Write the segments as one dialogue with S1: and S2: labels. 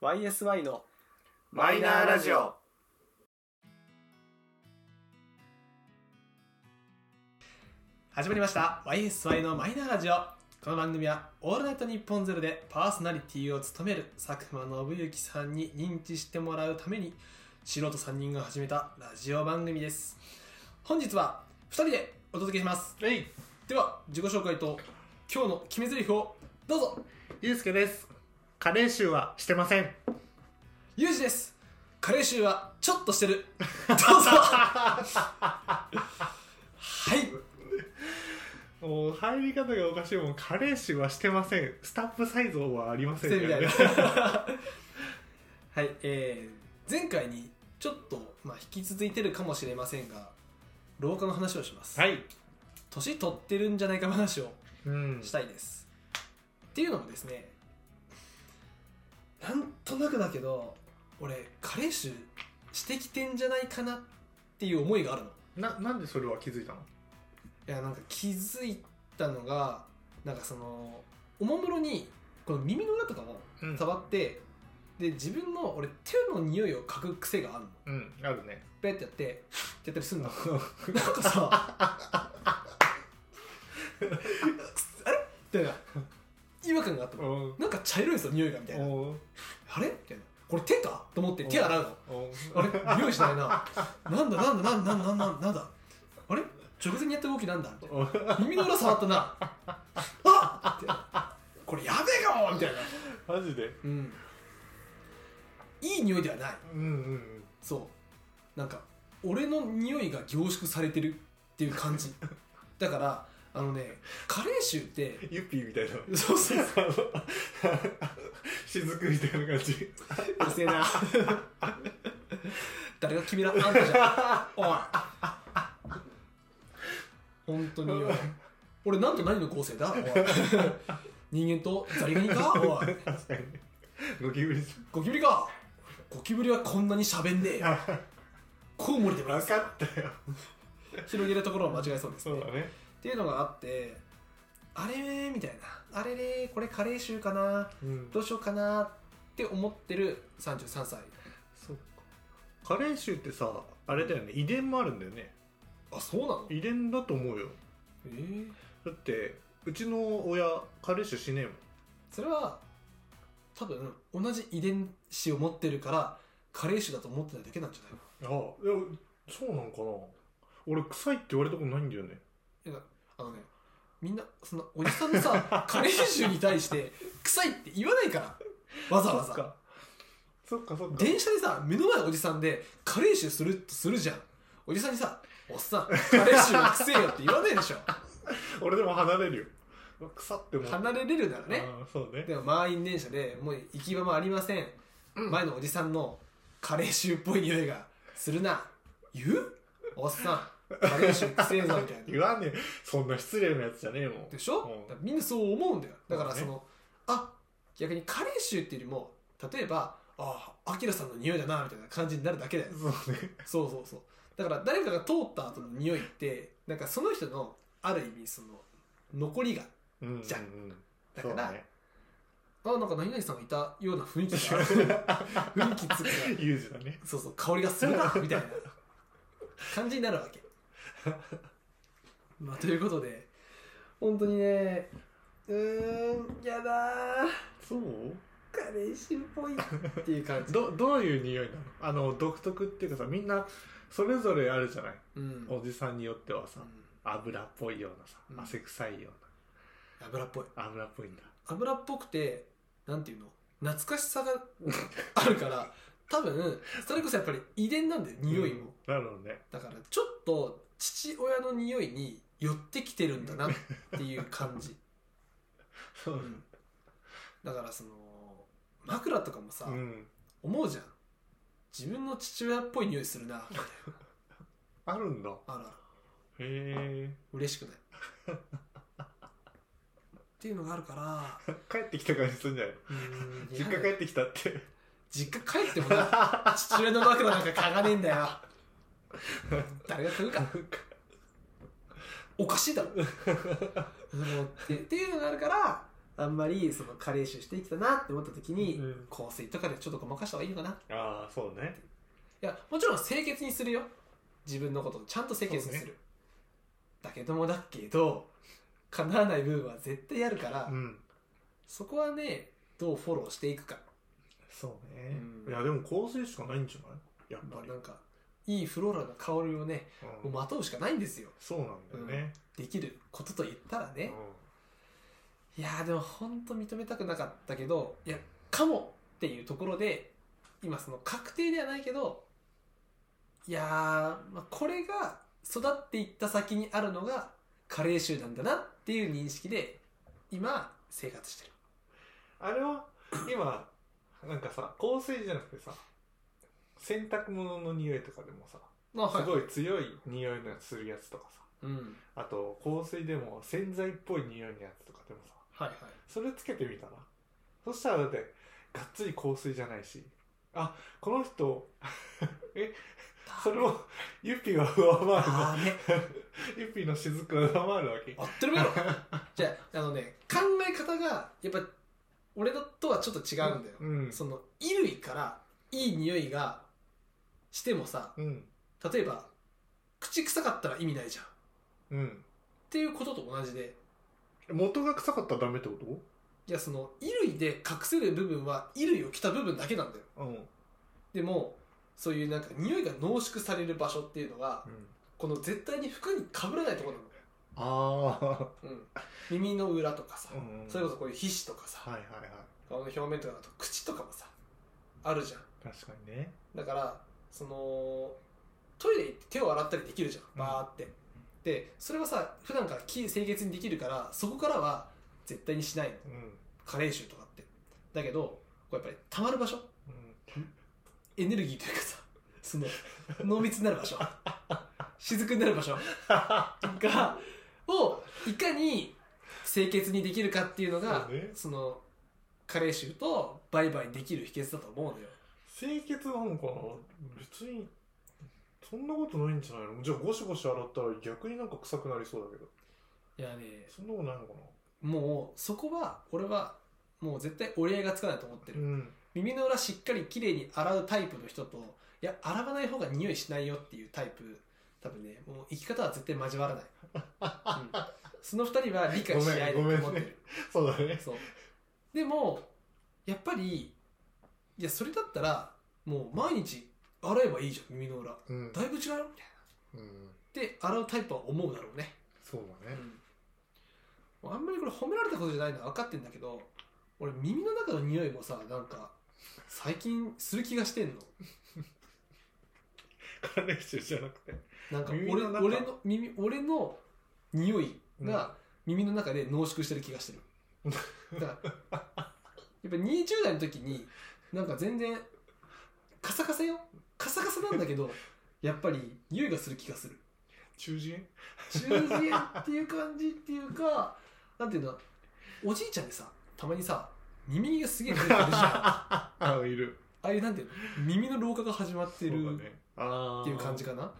S1: YSY の
S2: マイナーラジオ。
S1: 始まりました YSY のマイナーラジオこの番組は「オールナイトニッポンゼロでパーソナリティを務める佐久間信之さんに認知してもらうために素人3人が始めたラジオ番組です本日は2人でお届けします
S2: はい、
S1: では自己紹介と今日の決め台詞をどうぞ
S2: ゆうすけです。加齢臭はしてません。
S1: ゆうじです加齢臭はちょっとして るどうぞはい
S2: もう入り方がおかしいもん。加齢臭はしてません。スタッフサイズはありません
S1: せみ たいな
S2: ね
S1: はいえー、前回にちょっと、まあ、引き続いてるかもしれませんが老化の話をします、
S2: はい。
S1: 年取ってるんじゃないか話を
S2: うん
S1: したいです、っていうのもですねなんとなくだけど俺加齢臭してきてんじゃないかなっていう思いがあるの
S2: な、なんでそれは気づいたの
S1: いやなんか気づいたのがなんかそのおもむろにこの耳の裏とかも
S2: うん
S1: 触って、で自分の俺手の匂いを嗅ぐ癖があるの
S2: うん、あるね。
S1: ペッてやってってやったりするのなんかさあれみたいな違和感があったの
S2: お
S1: なんか茶色いぞ匂いがみたいな
S2: お
S1: あれみたいなこれ手かと思って手洗うの
S2: お
S1: あれ匂いしないななんだなんだなんだなんだなんだなんだあれ直前にやった動きなんだみたいな
S2: お
S1: 耳の裏触ったな あってこれやべえかもみたいな、
S2: マジで
S1: うん、いい匂いではない
S2: うんうん
S1: そうなんか俺の匂いが凝縮されてるっていう感じだからあのね加齢臭って
S2: ユッピーみたいな
S1: そうそうそう
S2: 雫みたいな感じ
S1: うるせえな誰が君らあんたじゃんおい本当によ俺なんと何の構成だおい人間とザリガニかおい
S2: 確かに ゴキブリさん
S1: ゴキブリかゴキブリはこんなに喋んねえよコウモリでもな
S2: 分
S1: い
S2: かったよ
S1: 広げるところを間違えそうです
S2: そ
S1: ね
S2: うだね
S1: っていうのがあってあれーみたいなあれれーこれカレー臭かな
S2: うん
S1: どうしようかなって思ってる33歳
S2: そっか加齢臭ってさあれだよね遺伝もあるんだよね
S1: あそうなのえ
S2: 遺伝だと思うよ
S1: え
S2: だってうちの親加齢臭しねえもん
S1: それは多分同じ遺伝子を持ってるからカレー臭だと思ってないだけなんじゃないの
S2: ああいやそうなんかな俺臭いって言われたことないんだよね
S1: あのねみんなそのおじさんの さカレー臭に対して臭いって言わないからわざわざ
S2: かそっかそっか
S1: 電車でさ目の前のおじさんで加齢臭するとするじゃんおじさんにさ「おっ さん加齢臭はくせえよ」って言わないでしょ
S2: 俺でも離れるようわ臭ってもう
S1: 離れれるならね
S2: ああそうね
S1: でも満員電車でもう行き場もありません、前のおじさんの加齢臭っぽい匂いがするな言うおっさん加齢臭くせえぞみたいな
S2: 言わねえそんな失礼なやつじゃねえもん
S1: でしょ、
S2: うん
S1: だからみんなそう思うんだよだからそ
S2: そ
S1: の、あ逆に加齢臭っていうよりも例えばああアキラさんの匂いだなみたいな感じになるだけだよ
S2: そうね
S1: そうそうそうだから誰かが通った後の匂いってなんかその人のある意味その残りが
S2: うん
S1: じゃん
S2: うん
S1: だから、
S2: ね、
S1: あなんか何々さんがいたような雰囲気がある雰囲気つくから
S2: ユージだね
S1: そうそう香りがするなみたいな感じになるわけまあということで本当にねうーんやだー
S2: そう
S1: 彼氏っぽいっていう感じ、
S2: どどういう匂いなのあの独特っていうかさみんなそれぞれあるじゃない、
S1: うん、
S2: おじさんによってはさ油っぽいようなさ、
S1: うん
S2: 汗臭いよ
S1: 油っぽいう
S2: な油っぽいんだ
S1: 油っぽくてなんていうの懐かしさがあるから多分それこそやっぱり遺伝なんだよ匂いも、
S2: うんなるほどね
S1: だからちょっと父親の匂いに寄ってきてるんだなっていう感 じ、、
S2: そううん
S1: だからその枕とかもさ、
S2: うん
S1: 思うじゃん自分の父親っぽい匂いするな
S2: あるんだへ
S1: あら
S2: え
S1: 嬉しくないっていうのがある から
S2: 帰ってきた感じするんじゃない実家帰ってきたって
S1: 実家帰ってもな 父親の枕なんか嗅がねえんだよ誰が嗅ぐかおかしいだろそのってっていうのがあるからあんまりその加齢臭してきたなって思った時に、
S2: うん
S1: 香水とかでちょっとごまかした方がいいのかない
S2: ああそうね
S1: やもちろん清潔にするよ自分のことをちゃんと清潔にす
S2: そう
S1: る、だけどもだけど叶わない部分は絶対あるから、
S2: うん
S1: そこはねどうフォローしていくか、
S2: そうね
S1: うん
S2: いやでも香水しかないんじゃないやっ
S1: ま
S2: ぱ
S1: あ、
S2: り、
S1: なんかいいフローラルな香りをね
S2: う
S1: も
S2: ん
S1: うまとうしかないんですよ
S2: そうなんだよね、
S1: できることと言ったら
S2: う
S1: ね
S2: ん、
S1: いやーでも本当認めたくなかったけどいやかもっていうところで今その確定ではないけどいやー、まあ、これが育っていった先にあるのが加齢臭なんだなっていう認識で今生活してる
S2: あれは今なんかさ香水じゃなくてさ洗濯物の匂いとかでもさ
S1: まあ
S2: す
S1: い、
S2: ごい強い匂いのするやつとかさ
S1: うん、
S2: あと香水でも洗剤っぽい匂いのやつとかでもさ
S1: はいはい
S2: それつけてみたらそしたらだってがっつり香水じゃないしあこの人えそれを ユッピーは上回るな
S1: あーね
S2: ユッピーの雫は上回るわけ
S1: 合ってるやろじゃああのね考え方がやっぱ俺のとはちょっと違うんだよ、
S2: うん
S1: その衣類からいい匂いがしてもさ
S2: うん
S1: 例えば口臭かったら意味ないじゃんっ
S2: うん
S1: ていうことと同じで
S2: 元が臭かったらダメってこ
S1: いやその衣類で隠せる部分は衣類を着た部分だけなんだよ
S2: とうん、
S1: でもそういうなんか匂いが濃縮される場所っていうのがこの絶対に服にかぶらないところなん
S2: ああ
S1: だよ、うん、耳の裏とかさ、
S2: うん
S1: それこそこういう皮脂とかさ
S2: はいはいはい
S1: 顔の表面とかだと口とかもさあるじゃん
S2: 確かにね
S1: だからそのトイレ行って手を洗ったりできるじゃんバーって、でそれはさ普段から清潔にできるからそこからは絶対にしないの
S2: うん、うん、
S1: 加齢臭とかってだけどこうやっぱり溜まる場所エネルギーというかさその濃密になる 場所雫になる場所がをいかに清潔にできるかっていうのが
S2: そうね
S1: その加齢臭と売買できる秘訣だと思うのよ
S2: 清潔なのかな別にそんなことないんじゃないのじゃあゴシゴシ洗ったら逆になんか臭くなりそうだけど
S1: いやね
S2: そんなことないのか
S1: もうそこは俺はもう絶対折り合いがつかないと思って
S2: な
S1: る、
S2: うん
S1: 耳の裏しっかりきれいに洗うタイプの人といや洗わない方が匂いしないよっていうタイプ多分ねもう生き方は絶対交わらない、うん その2人は理解し合えると
S2: ごめん
S1: 思
S2: ご
S1: っ
S2: め
S1: て
S2: ん
S1: る
S2: ね、そうだね
S1: そうでもやっぱりいやそれだったらもう毎日洗えばいいじゃん耳の裏
S2: うん
S1: だいぶ違うよみたいな
S2: うん
S1: で洗うタイプは思うだろうね
S2: そうだね
S1: うん、あんまりこれ褒められたことじゃないのは分かってんだけど俺耳の中の匂いもさなんか最近する気がしてんの
S2: カレー臭じゃなくて
S1: なんか
S2: 耳
S1: 俺
S2: の
S1: の
S2: 中
S1: 俺の耳俺の匂いが耳の中で濃縮してる気がしてるだからやっぱ20代の時になんか全然カサカサよカサカサなんだけどやっぱり匂いがする気がする
S2: 中人
S1: 中耳炎っていう感じっていうかなんていうのおじいちゃんでさたまにさ耳がすげえ出てくるじゃんあ
S2: あいる
S1: あいうなんていうの耳の老化が始まって
S2: そうだ
S1: るっ
S2: ねあー
S1: ていう感じかな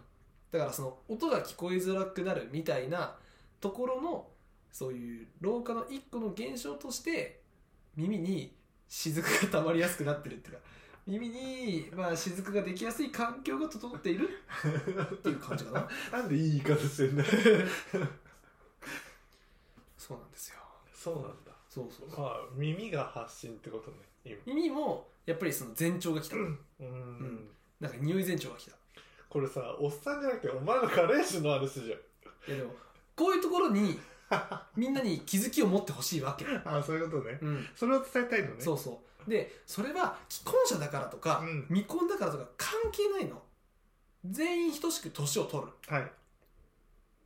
S1: だからその音が聞こえづらくなるみたいなところのそういう老化の一個の現象として耳に雫が溜まりやすくなってるっていうか耳に、まあ、雫ができやすい環境が整っているっていう感じかな
S2: なんでいい言い方してんだ
S1: そうなんですよ
S2: そうなんだ
S1: そうそう
S2: まあ耳が発信ってことね今
S1: 耳もやっぱりその前兆が来た、
S2: うん、
S1: んなんか匂い前兆が来たい
S2: これさおっさんじゃなくてお前のカレー臭の話じ
S1: やでもこういうところ にみんなに気づきを持ってほしいわけ、
S2: ゃんあそういうことね
S1: うん、
S2: それを伝えたいのね
S1: そうそうでそれは既婚者だからとか、
S2: うん
S1: 未婚だからとか関係ないの全員等しく年を取る
S2: はい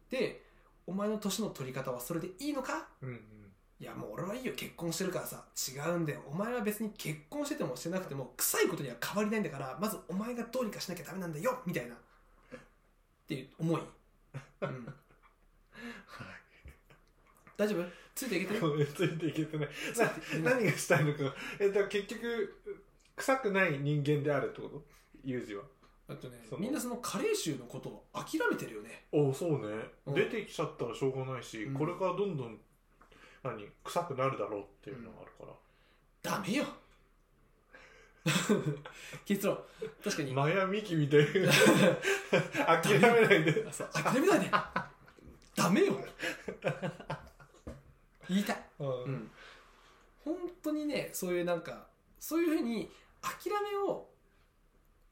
S1: でお前の年の取り方はそれでいいのか
S2: うんうん
S1: いやもう俺はいいよ結婚してるからさ違うんだよお前は別に結婚しててもしてなくても臭いことには変わりないんだからまずお前がどうにかしなきゃダメなんだよみたいなっていう思い、うん、
S2: はい
S1: 大丈夫ついていけてる
S2: ごめんついていけてない
S1: ついて
S2: 何がしたいのかえだから結局臭くない人間であるってことユージは
S1: あとね
S2: その
S1: みんなその加齢臭のことを諦めてるよね
S2: おそうね、
S1: うん
S2: 出てきちゃったらしょうがないし、
S1: うん
S2: これからどんどん何臭くなるだろうっていうのがあるから、
S1: ダメよ 結論確かに
S2: マヤミキみたいな諦めないで
S1: そう諦めないでダメよ言いたい、
S2: う
S1: うんん、本当にねそういうなんかそういうふうに諦めを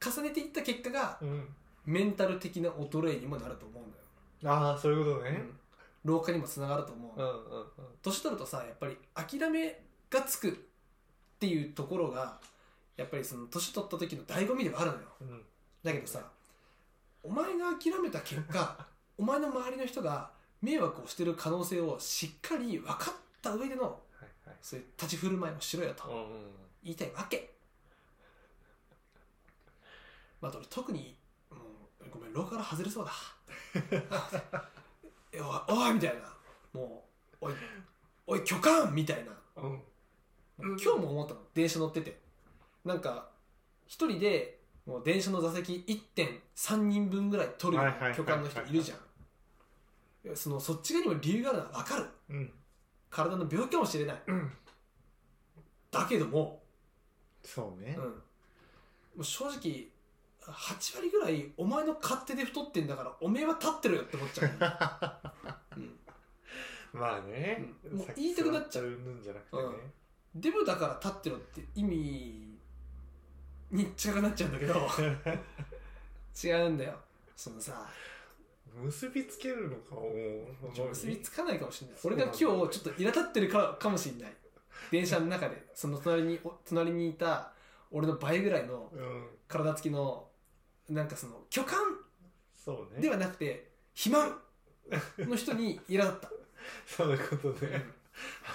S1: 重ねていった結果が
S2: うん
S1: メンタル的な衰えにもなると思うんだよ、
S2: ああそういうこと
S1: う
S2: ね
S1: ん老化にもつながると思う、
S2: うんうんうん
S1: 年取るとさやっぱり諦めがつくっていうところがやっぱりその年取った時の醍醐味ではあるのよ
S2: うん
S1: だけどさお前が諦めた結果お前の周りの人が迷惑をしてる可能性をしっかり分かった上での
S2: はいはい
S1: そういう立ち振る舞いをしろよ
S2: う
S1: と
S2: んうん
S1: 言いたいわけまあ俺特にもうごめん廊下から外れそうだえ おいおいみたいなもうおいおい巨漢みたいな
S2: うん
S1: 今日も思ったの電車乗っててなんか一人でもう電車の座席1.3人分ぐらい取るような
S2: はいはいはい
S1: 巨漢の人いるじゃんいやそのそっち側にも理由があるのは分かる
S2: うん
S1: 体の病気かもしれない
S2: うん
S1: だけども,、
S2: そう
S1: う
S2: ね
S1: ん、もう正直8割ぐらいお前の勝手で太ってんだからおめえは立ってるよって思っちゃ う、うん、
S2: まあね
S1: うんもう言いたくなっちゃう
S2: さき座うんぬんじゃなくてね
S1: デブだから立ってろって意味に近くなっちゃうん だけど違うんだよそのさ
S2: 結びつけるのかもう
S1: 結びつかないかもしれない
S2: そう
S1: 俺が
S2: なん
S1: 今
S2: だ
S1: 日ちょっと苛立ってるかかもしれない電車の中でその隣にお隣にいた俺の倍ぐらいの
S2: うん
S1: 体つきのなんかその巨漢
S2: そう
S1: で
S2: ね
S1: はなくて肥満の人に苛立 った
S2: そういうことね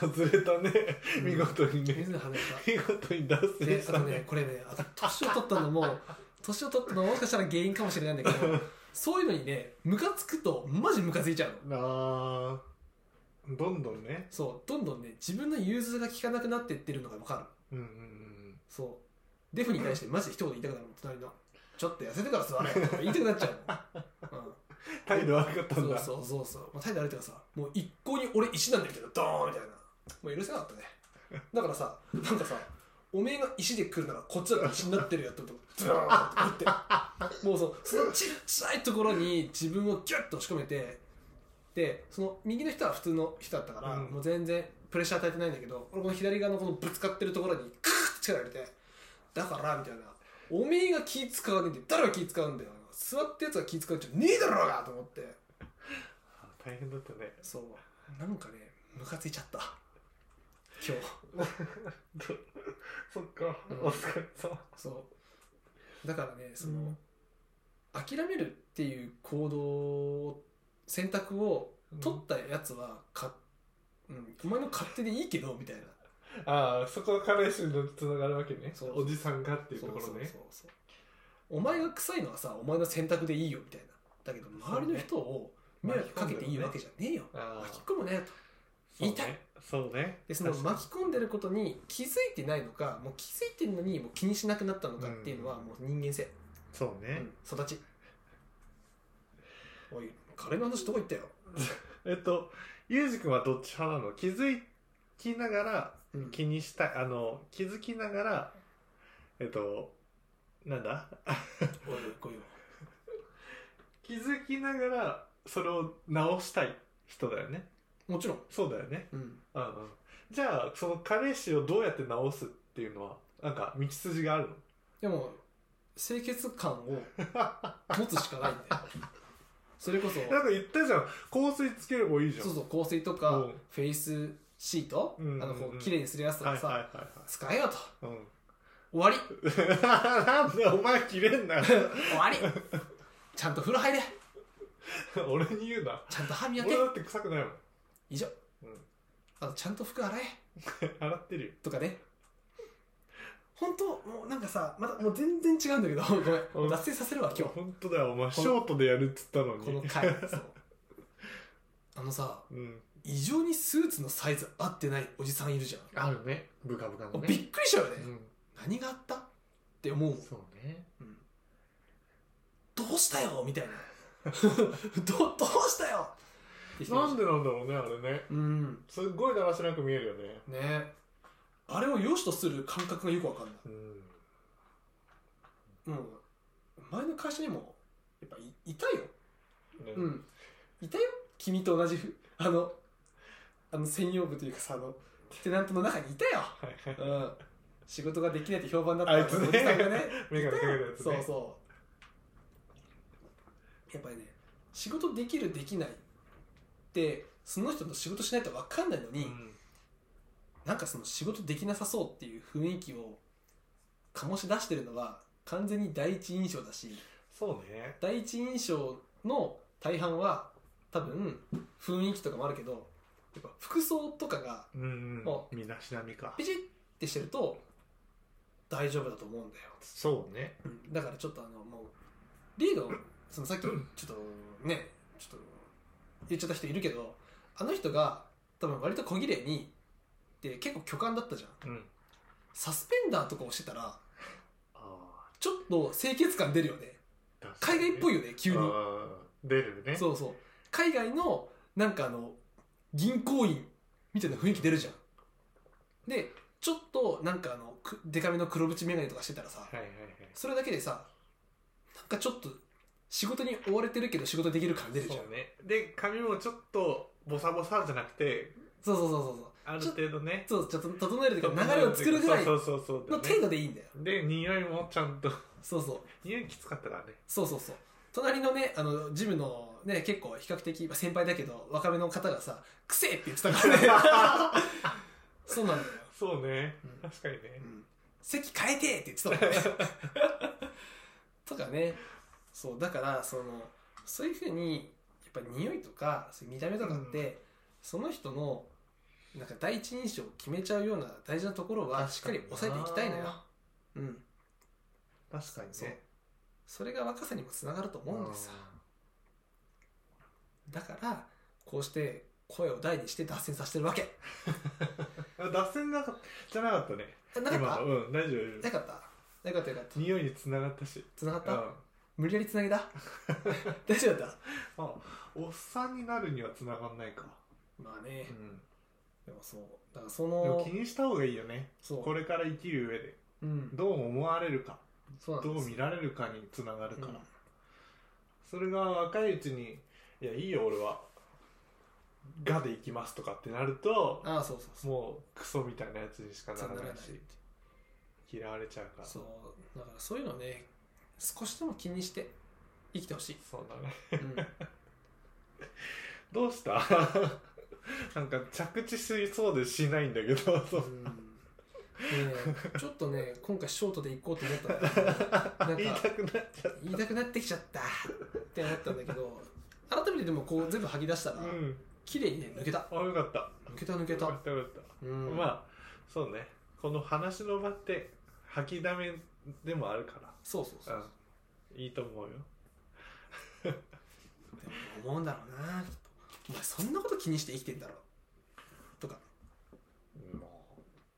S2: 外れたね
S1: うん
S2: 見事にね
S1: 水の話が
S2: 見事に脱線
S1: で
S2: し
S1: あ
S2: た
S1: とね
S2: ね
S1: これねあと年を取ったのも年を取ったのももしかしたら原因かもしれないんだけどそういうのにねムカつくとマジムカついちゃうの
S2: なあどんどんね
S1: そうどんどんね自分の融通が効かなくなってってるのが分かる
S2: うんうんうん
S1: そうデフに対してマジで一言言いたくなるの隣のちょっと痩せてから座れとか言いたくなっちゃうの、
S2: 態度悪かった
S1: うんん、
S2: だ
S1: そうそうそうそうもう態度あるっていうかさもう一向に俺石なんだけどドーンみたいなもう許せなかったねだからさなんかさおめえが石で来るならこっちだって石になってるよってことドーンって言ってもうそうそのちっちゃいところに自分をギュッと押し込めてでその右の人は普通の人だったから、
S2: うん
S1: もう全然プレッシャー与えてないんだけど俺この左側のこのぶつかってるところにクーッて力入れてだからみたいなおめえが気使わねえんで誰が気使うんだよ座ったやつが気使うっちゃねえだろうがと思って
S2: あ大変だったね
S1: そうなんかねムカついちゃった今日
S2: そっか
S1: うん
S2: お疲れ様
S1: そうだからねその、
S2: うん
S1: 諦めるっていう行動選択を取ったやつはか、うん、お前の勝手でいいけどみたいな
S2: ああそこは彼氏のつながるわけね
S1: そう
S2: おじさんがっていう
S1: そ
S2: と
S1: う
S2: こ
S1: そう
S2: ろね
S1: そうそうお前が臭いのはさお前の選択でいいよみたいなだけど周りの人を迷惑かけていいわけじゃねえよ
S2: あ
S1: 巻き
S2: あ
S1: 込むねと
S2: そう
S1: 痛い
S2: ねそうね
S1: でその
S2: 確かに
S1: 巻き込んでることに気づいてないのかもう気づいてるのにもう気にしなくなったのかっていうのは
S2: うん
S1: もう人間性、
S2: そう
S1: う
S2: ね
S1: ん、育ちおいカレーの話どこ行ったよ、
S2: えっとゆうじくんはどっち派なの気づきながら
S1: うん
S2: 気にしたいあの気づきながらえっとなんだ
S1: おいおい
S2: 気づきながらそれを直したい人だよね
S1: もちろん、
S2: そうだよね
S1: うん、
S2: うんうんじゃあその彼氏をどうやって直すっていうのはなんか道筋があるの
S1: でも清潔感 を持つしかないんだよそれこそ
S2: なんか言ったじゃん香水つければいいじゃん
S1: そうそう香水と
S2: う
S1: か
S2: ん
S1: フェイスシート、
S2: うんうんうん
S1: あのこう綺麗にするやつと
S2: は
S1: か
S2: い
S1: さ、
S2: はいはいは
S1: 使えよと
S2: いうん
S1: 終わり
S2: なんでお前切れんな
S1: 終わりちゃんと風呂入れ
S2: 俺に言うな
S1: ちゃんと歯磨け
S2: 俺だって臭くないもん
S1: 以上、
S2: うん
S1: あのちゃんと服洗え
S2: 洗ってるよ
S1: とかね本当もうなんかさまたもう全然違うんだけど ごめんもう脱線させるわ今日
S2: 本当だよお前ショートでやるっつったのに
S1: この回そうあのさ
S2: うん
S1: 異常にスーツのサイズ合ってないおじさんいるじゃ
S2: あるねブカブカの
S1: ん、
S2: ね
S1: びっくりしちゃうよね、
S2: う
S1: 何があったって思うもん
S2: んそうね
S1: うん どうしたよみたいなどどうしたよてきてま
S2: な
S1: し
S2: ん
S1: た
S2: でなんだろうねあれね
S1: うん
S2: すっごいだらしなく見えるよね
S1: ねあれを良しとする感覚がよくわかんない
S2: うん
S1: うん前の会社にもやっぱいいたよ
S2: ね
S1: うんいたよ君と同じふあのあの専用部というかさあのテナントの中にいたよ
S2: はいはい
S1: うん仕事ができないって評判だった
S2: あいつね
S1: おじさんがね
S2: 目がかけたやつね
S1: そうそうやっぱりね仕事できるできないってその人と仕事しないと分かんないのに、
S2: うん
S1: なんかその仕事できなさそうっていう雰囲気を醸し出してるのは完全に第一印象だし
S2: そうね
S1: 第一印象の大半は多分雰囲気とかもあるけどやっぱ服装とかが
S2: うん
S1: あ
S2: うん身だしなみか
S1: ピチってしてると大丈夫だと思うんだよ、
S2: そうね
S1: うんだからちょっとあのもうリードそのさっきちょっとねちょっと言っちゃった人いるけどあの人が多分割と小綺麗にで結構巨漢だったじゃん
S2: うん
S1: サスペンダーとかをしてたら
S2: あ
S1: ちょっと清潔感出るよね
S2: あ
S1: 海外っぽ
S2: い
S1: いよね急に
S2: 出るね
S1: そうそう海外のなんかあの銀行員みたいな雰囲気出るじゃんでちょっとなんかあのくデカめの黒縁眼鏡とかしてたらさ
S2: はいはいはい
S1: それだけでさなんかちょっと仕事に追われてるけど仕事できる感出るじゃん
S2: そうねで髪もちょっとボサボサじゃなくて
S1: そうそうそうそう
S2: ある程度ね
S1: そうそうちょっと整えるというか流れを作るぐらい
S2: そ
S1: の
S2: うそうそうそうだね
S1: 程度でいいんだよ
S2: で匂いもちゃんと
S1: そうそう
S2: 匂いきつかったからね
S1: そうそうそう隣のねあのジムのね結構比較的まあ先輩だけど若めの方がさ「くせえ!」って言ってた からねそうなんだよ、
S2: そうね
S1: うん
S2: 確かにね
S1: うん席変えてって言ってたもんね とかねそうだからそのそういうふうにやっぱ匂いとかそういう見た目とかって、その人のなんか第一印象を決めちゃうような大事なところはしっかり抑えていきたいのよ、うん、
S2: 確かに
S1: そう
S2: ね
S1: それが若さにもつながると思うんですよだからこうして声を大にして脱線させてるわけ
S2: うん脱線なかったじゃなかったね
S1: あなか
S2: 今
S1: った
S2: のうん大丈夫
S1: なかったなかったよかった
S2: 匂いにつながったし
S1: つながっ
S2: う
S1: た
S2: ん
S1: 無理やりつなげ た大丈夫だった
S2: あおっさんになるにはつながんないか
S1: まあね
S2: うん
S1: でもそうだからそ
S2: でも
S1: の
S2: 気にした方がいいよね
S1: そう
S2: これから生きる上で
S1: うん
S2: どう思われるか
S1: そうなん
S2: ど
S1: で
S2: う
S1: す
S2: 見られるかにつながるから、
S1: うん
S2: それが若いうちに「いやいいよ俺は」「が」でいきますとかってなると
S1: ああそうそうそう
S2: もうクソみたいなやつにしかなら
S1: つなが
S2: な
S1: ら
S2: い
S1: ない
S2: し嫌われちゃうから
S1: そうだからそういうのね少しでも気にして生きてほしい、
S2: そうだね
S1: うん、
S2: どうした なんか着地しそうでしないんだけど そう
S1: うんねえちょっとね今回ショートで行こうと思ったんだけど なんか
S2: 言いたくなっちゃっ
S1: 言いたくなってきちゃったって思ったんだけど改めてでもこう全部吐き出したら
S2: たうん
S1: 綺麗にね抜けた
S2: あよかった
S1: 抜けた抜けた
S2: よかったよかった
S1: うん
S2: まあそうねこの話の場って吐きだめでもあるか
S1: そうそうそう
S2: ら、うん、いいと思うよ
S1: でも思うんだろうなきっとお前そんなこと気にして生きてんだろとか
S2: まあ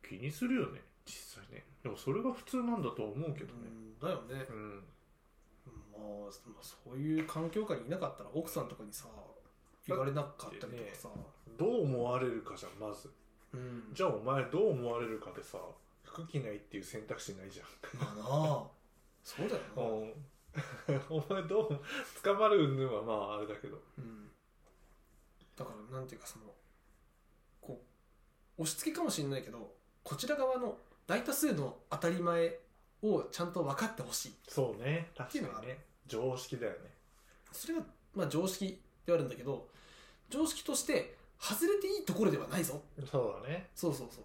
S2: 気にするよね実際ねでもそれが普通なんだとは思うけどね
S1: だよね
S2: う、ん、
S1: まあまあそういう環境下にいなかったら奥さんとかにさ言われなかったりとかさ、
S2: どう思われるかじゃんまず
S1: うん
S2: じゃあお前どう思われるかでさ服着ないっていう選択肢ないじゃん
S1: まあなあそうだよ
S2: う
S1: な、
S2: ん お前どう捕まる云々はまああれだけど
S1: うん、だからなんていうかそのこう押し付けかもしれないけどこちら側の大多数の当たり前をちゃんと分かってほしい
S2: そうね
S1: ていう
S2: 確
S1: のは
S2: か
S1: あ
S2: にね常識だよね
S1: それが、まあ、常識ではあるんだけど常識として外れていいところではないぞ
S2: そうだね
S1: そうそうそう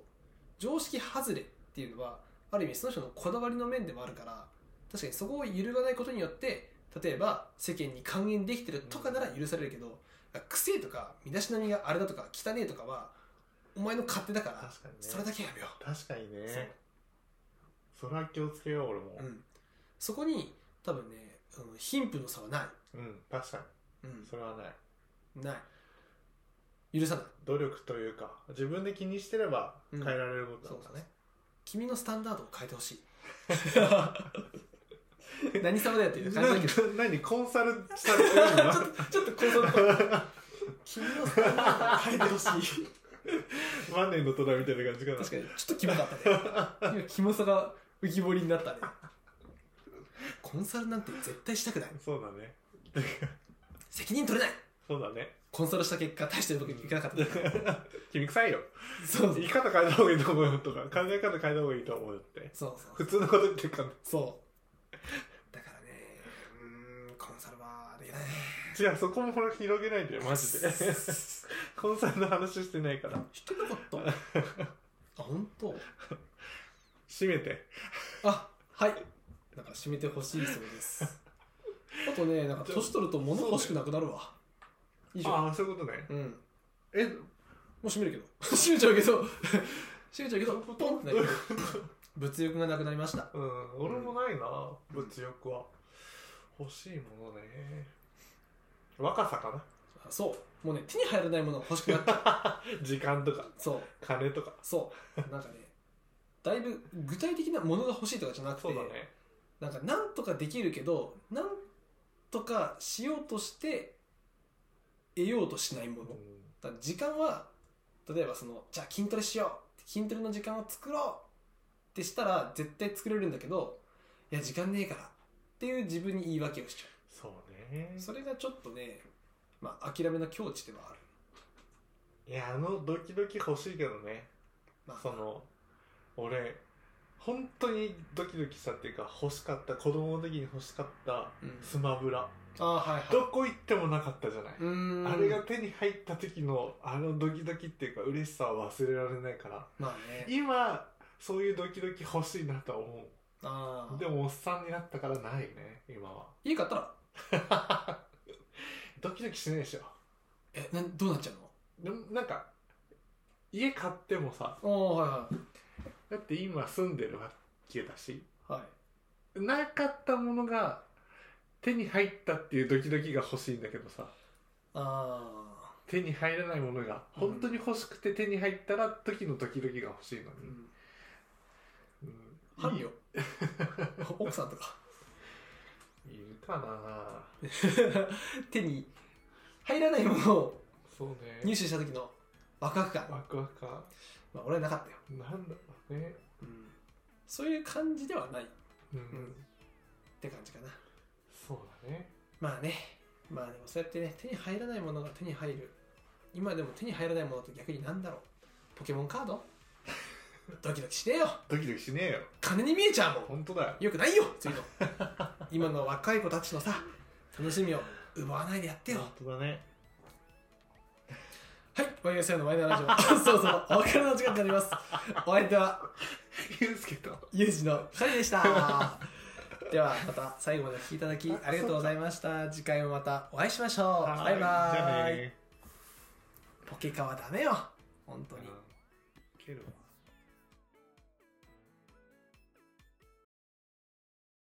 S1: 常識外れっていうのはある意味その人のこだわりの面でもあるから確かにそこを揺るがないことによって例えば世間に還元できてるとかなら許されるけど、癖とか身だしなみがあれだとか汚ねえとかはお前の勝手だから、
S2: 確かにね
S1: それだけはやめよ
S2: 確かに
S1: う、
S2: ねそれは気をつけよう俺も
S1: そううん、そこに多分ねあの貧富の差はない、
S2: うん、確かに
S1: う
S2: それはない
S1: ん、ない許さない
S2: 努力というか自分で気にしてれば変えられることだ
S1: そう
S2: か
S1: だ
S2: ら
S1: ね
S2: ね、
S1: 君のスタンダードを変えてほ しい何様だよっていう感じだけど
S2: 何何コンサルされてるの
S1: ちょっと構造の君のスタンダードを変えてほしい
S2: 万年の虎みたいな感じかな
S1: 確かにちょっとキモかったね今キモさが浮き彫りになったねコンサルなんて絶対したくない
S2: そうだね
S1: 責任取れない
S2: そうだね
S1: コンサルした結果大してうまくいかなかった
S2: 君臭いよ
S1: そうそ
S2: 言
S1: う
S2: い方変えた方がいいと思うよとか考え方変えた方がいいと思うよって
S1: そうそう
S2: 普通のこと言ってるから
S1: そうだからねうーんコンサルはできないね
S2: じゃあそこもほら広げないでよ マジでコンサルの話してないから
S1: してなかったあ本当
S2: 閉めて
S1: あはいなんか締めてほしいそう ですあとねなんか年取ると物欲しくなくなるわ以上
S2: ああそういうことね
S1: うんも
S2: え
S1: う締めるけど 締めちゃうけど締めちゃうけどポンってなる
S2: どうい
S1: 物欲がなくなりました
S2: うん俺もないな、
S1: うん
S2: 物欲は欲しいものね若さかな
S1: あそうもうね手に入らないものが欲しくな った
S2: 時間とか
S1: そう
S2: 金とか
S1: そうなんかねだいぶ具体的なものが欲しいとかじゃなくて
S2: そうだね
S1: なんかなんとかできるけどなんとかしようとして得ようとしないもの
S2: う
S1: だから時間は例えばそのじゃあ筋トレしよう筋トレの時間を作ろうってしたら絶対作れるんだけどいや時間ねえからっていう自分に言い訳をしちゃ
S2: んそうね
S1: うそれがちょっとねまあ諦めの境地ではある
S2: いやあのドキドキ欲しいけどね
S1: まあ
S2: その俺本当にドキドキしたっていうか欲しかった子供の時に欲しかった
S1: うん
S2: スマブラ
S1: ああはいはい
S2: どこ行ってもなかったじゃない、
S1: うーん
S2: あれが手に入った時のあのドキドキっていうか嬉しさは忘れられないから
S1: まあね
S2: 今そういうドキドキ欲しいなとは思
S1: あ
S2: う
S1: あ
S2: でもおっさんになったからないね今は
S1: 家買ったら
S2: ドキドキしないでしょ
S1: えなんどうなっちゃうの
S2: でもなんか家買ってもさ
S1: おおはいは
S2: だって今住んでるわけだし
S1: いはい
S2: なかったものが手に入ったっていうドキドキが欲しいんだけどさ
S1: あ
S2: 手に入らないものが
S1: うん
S2: 本当に欲しくて手に入ったら時のドキドキが欲しいの
S1: あ、うん、犯
S2: に、うん、いい
S1: よ奥さんとか
S2: いるかな
S1: 手に入らないものを
S2: そう
S1: 入手
S2: ね
S1: した時のワクワク感、
S2: ワクワクか
S1: まあ、俺はなかったよ、
S2: なんだろうね
S1: うん、そういう感じではないっ
S2: うん、
S1: んて感じかな
S2: そうだね
S1: まあねまあでもそうやってね手に入らないものが手に入る今でも手に入らないものって逆になんだろうポケモンカー ドドキドキしてよ
S2: ドキドキしねえよ
S1: 金に見えちゃうもん
S2: 本当だよ
S1: よくないよそう いうの今の若い子たちのさ楽しみを奪わないでやってよ
S2: 当だね
S1: はい YSI のマイナーラ ジオそろそろお別れの時間になりますお相手は
S2: ゆうすけと
S1: ユージの2人でした ではまた最後までお聞きいただきありがとうございました次回もまたお会いしましょうバイ
S2: はいじゃあ
S1: バーイ
S2: ね
S1: ポケカはダメよ本当に
S2: うん蹴るわ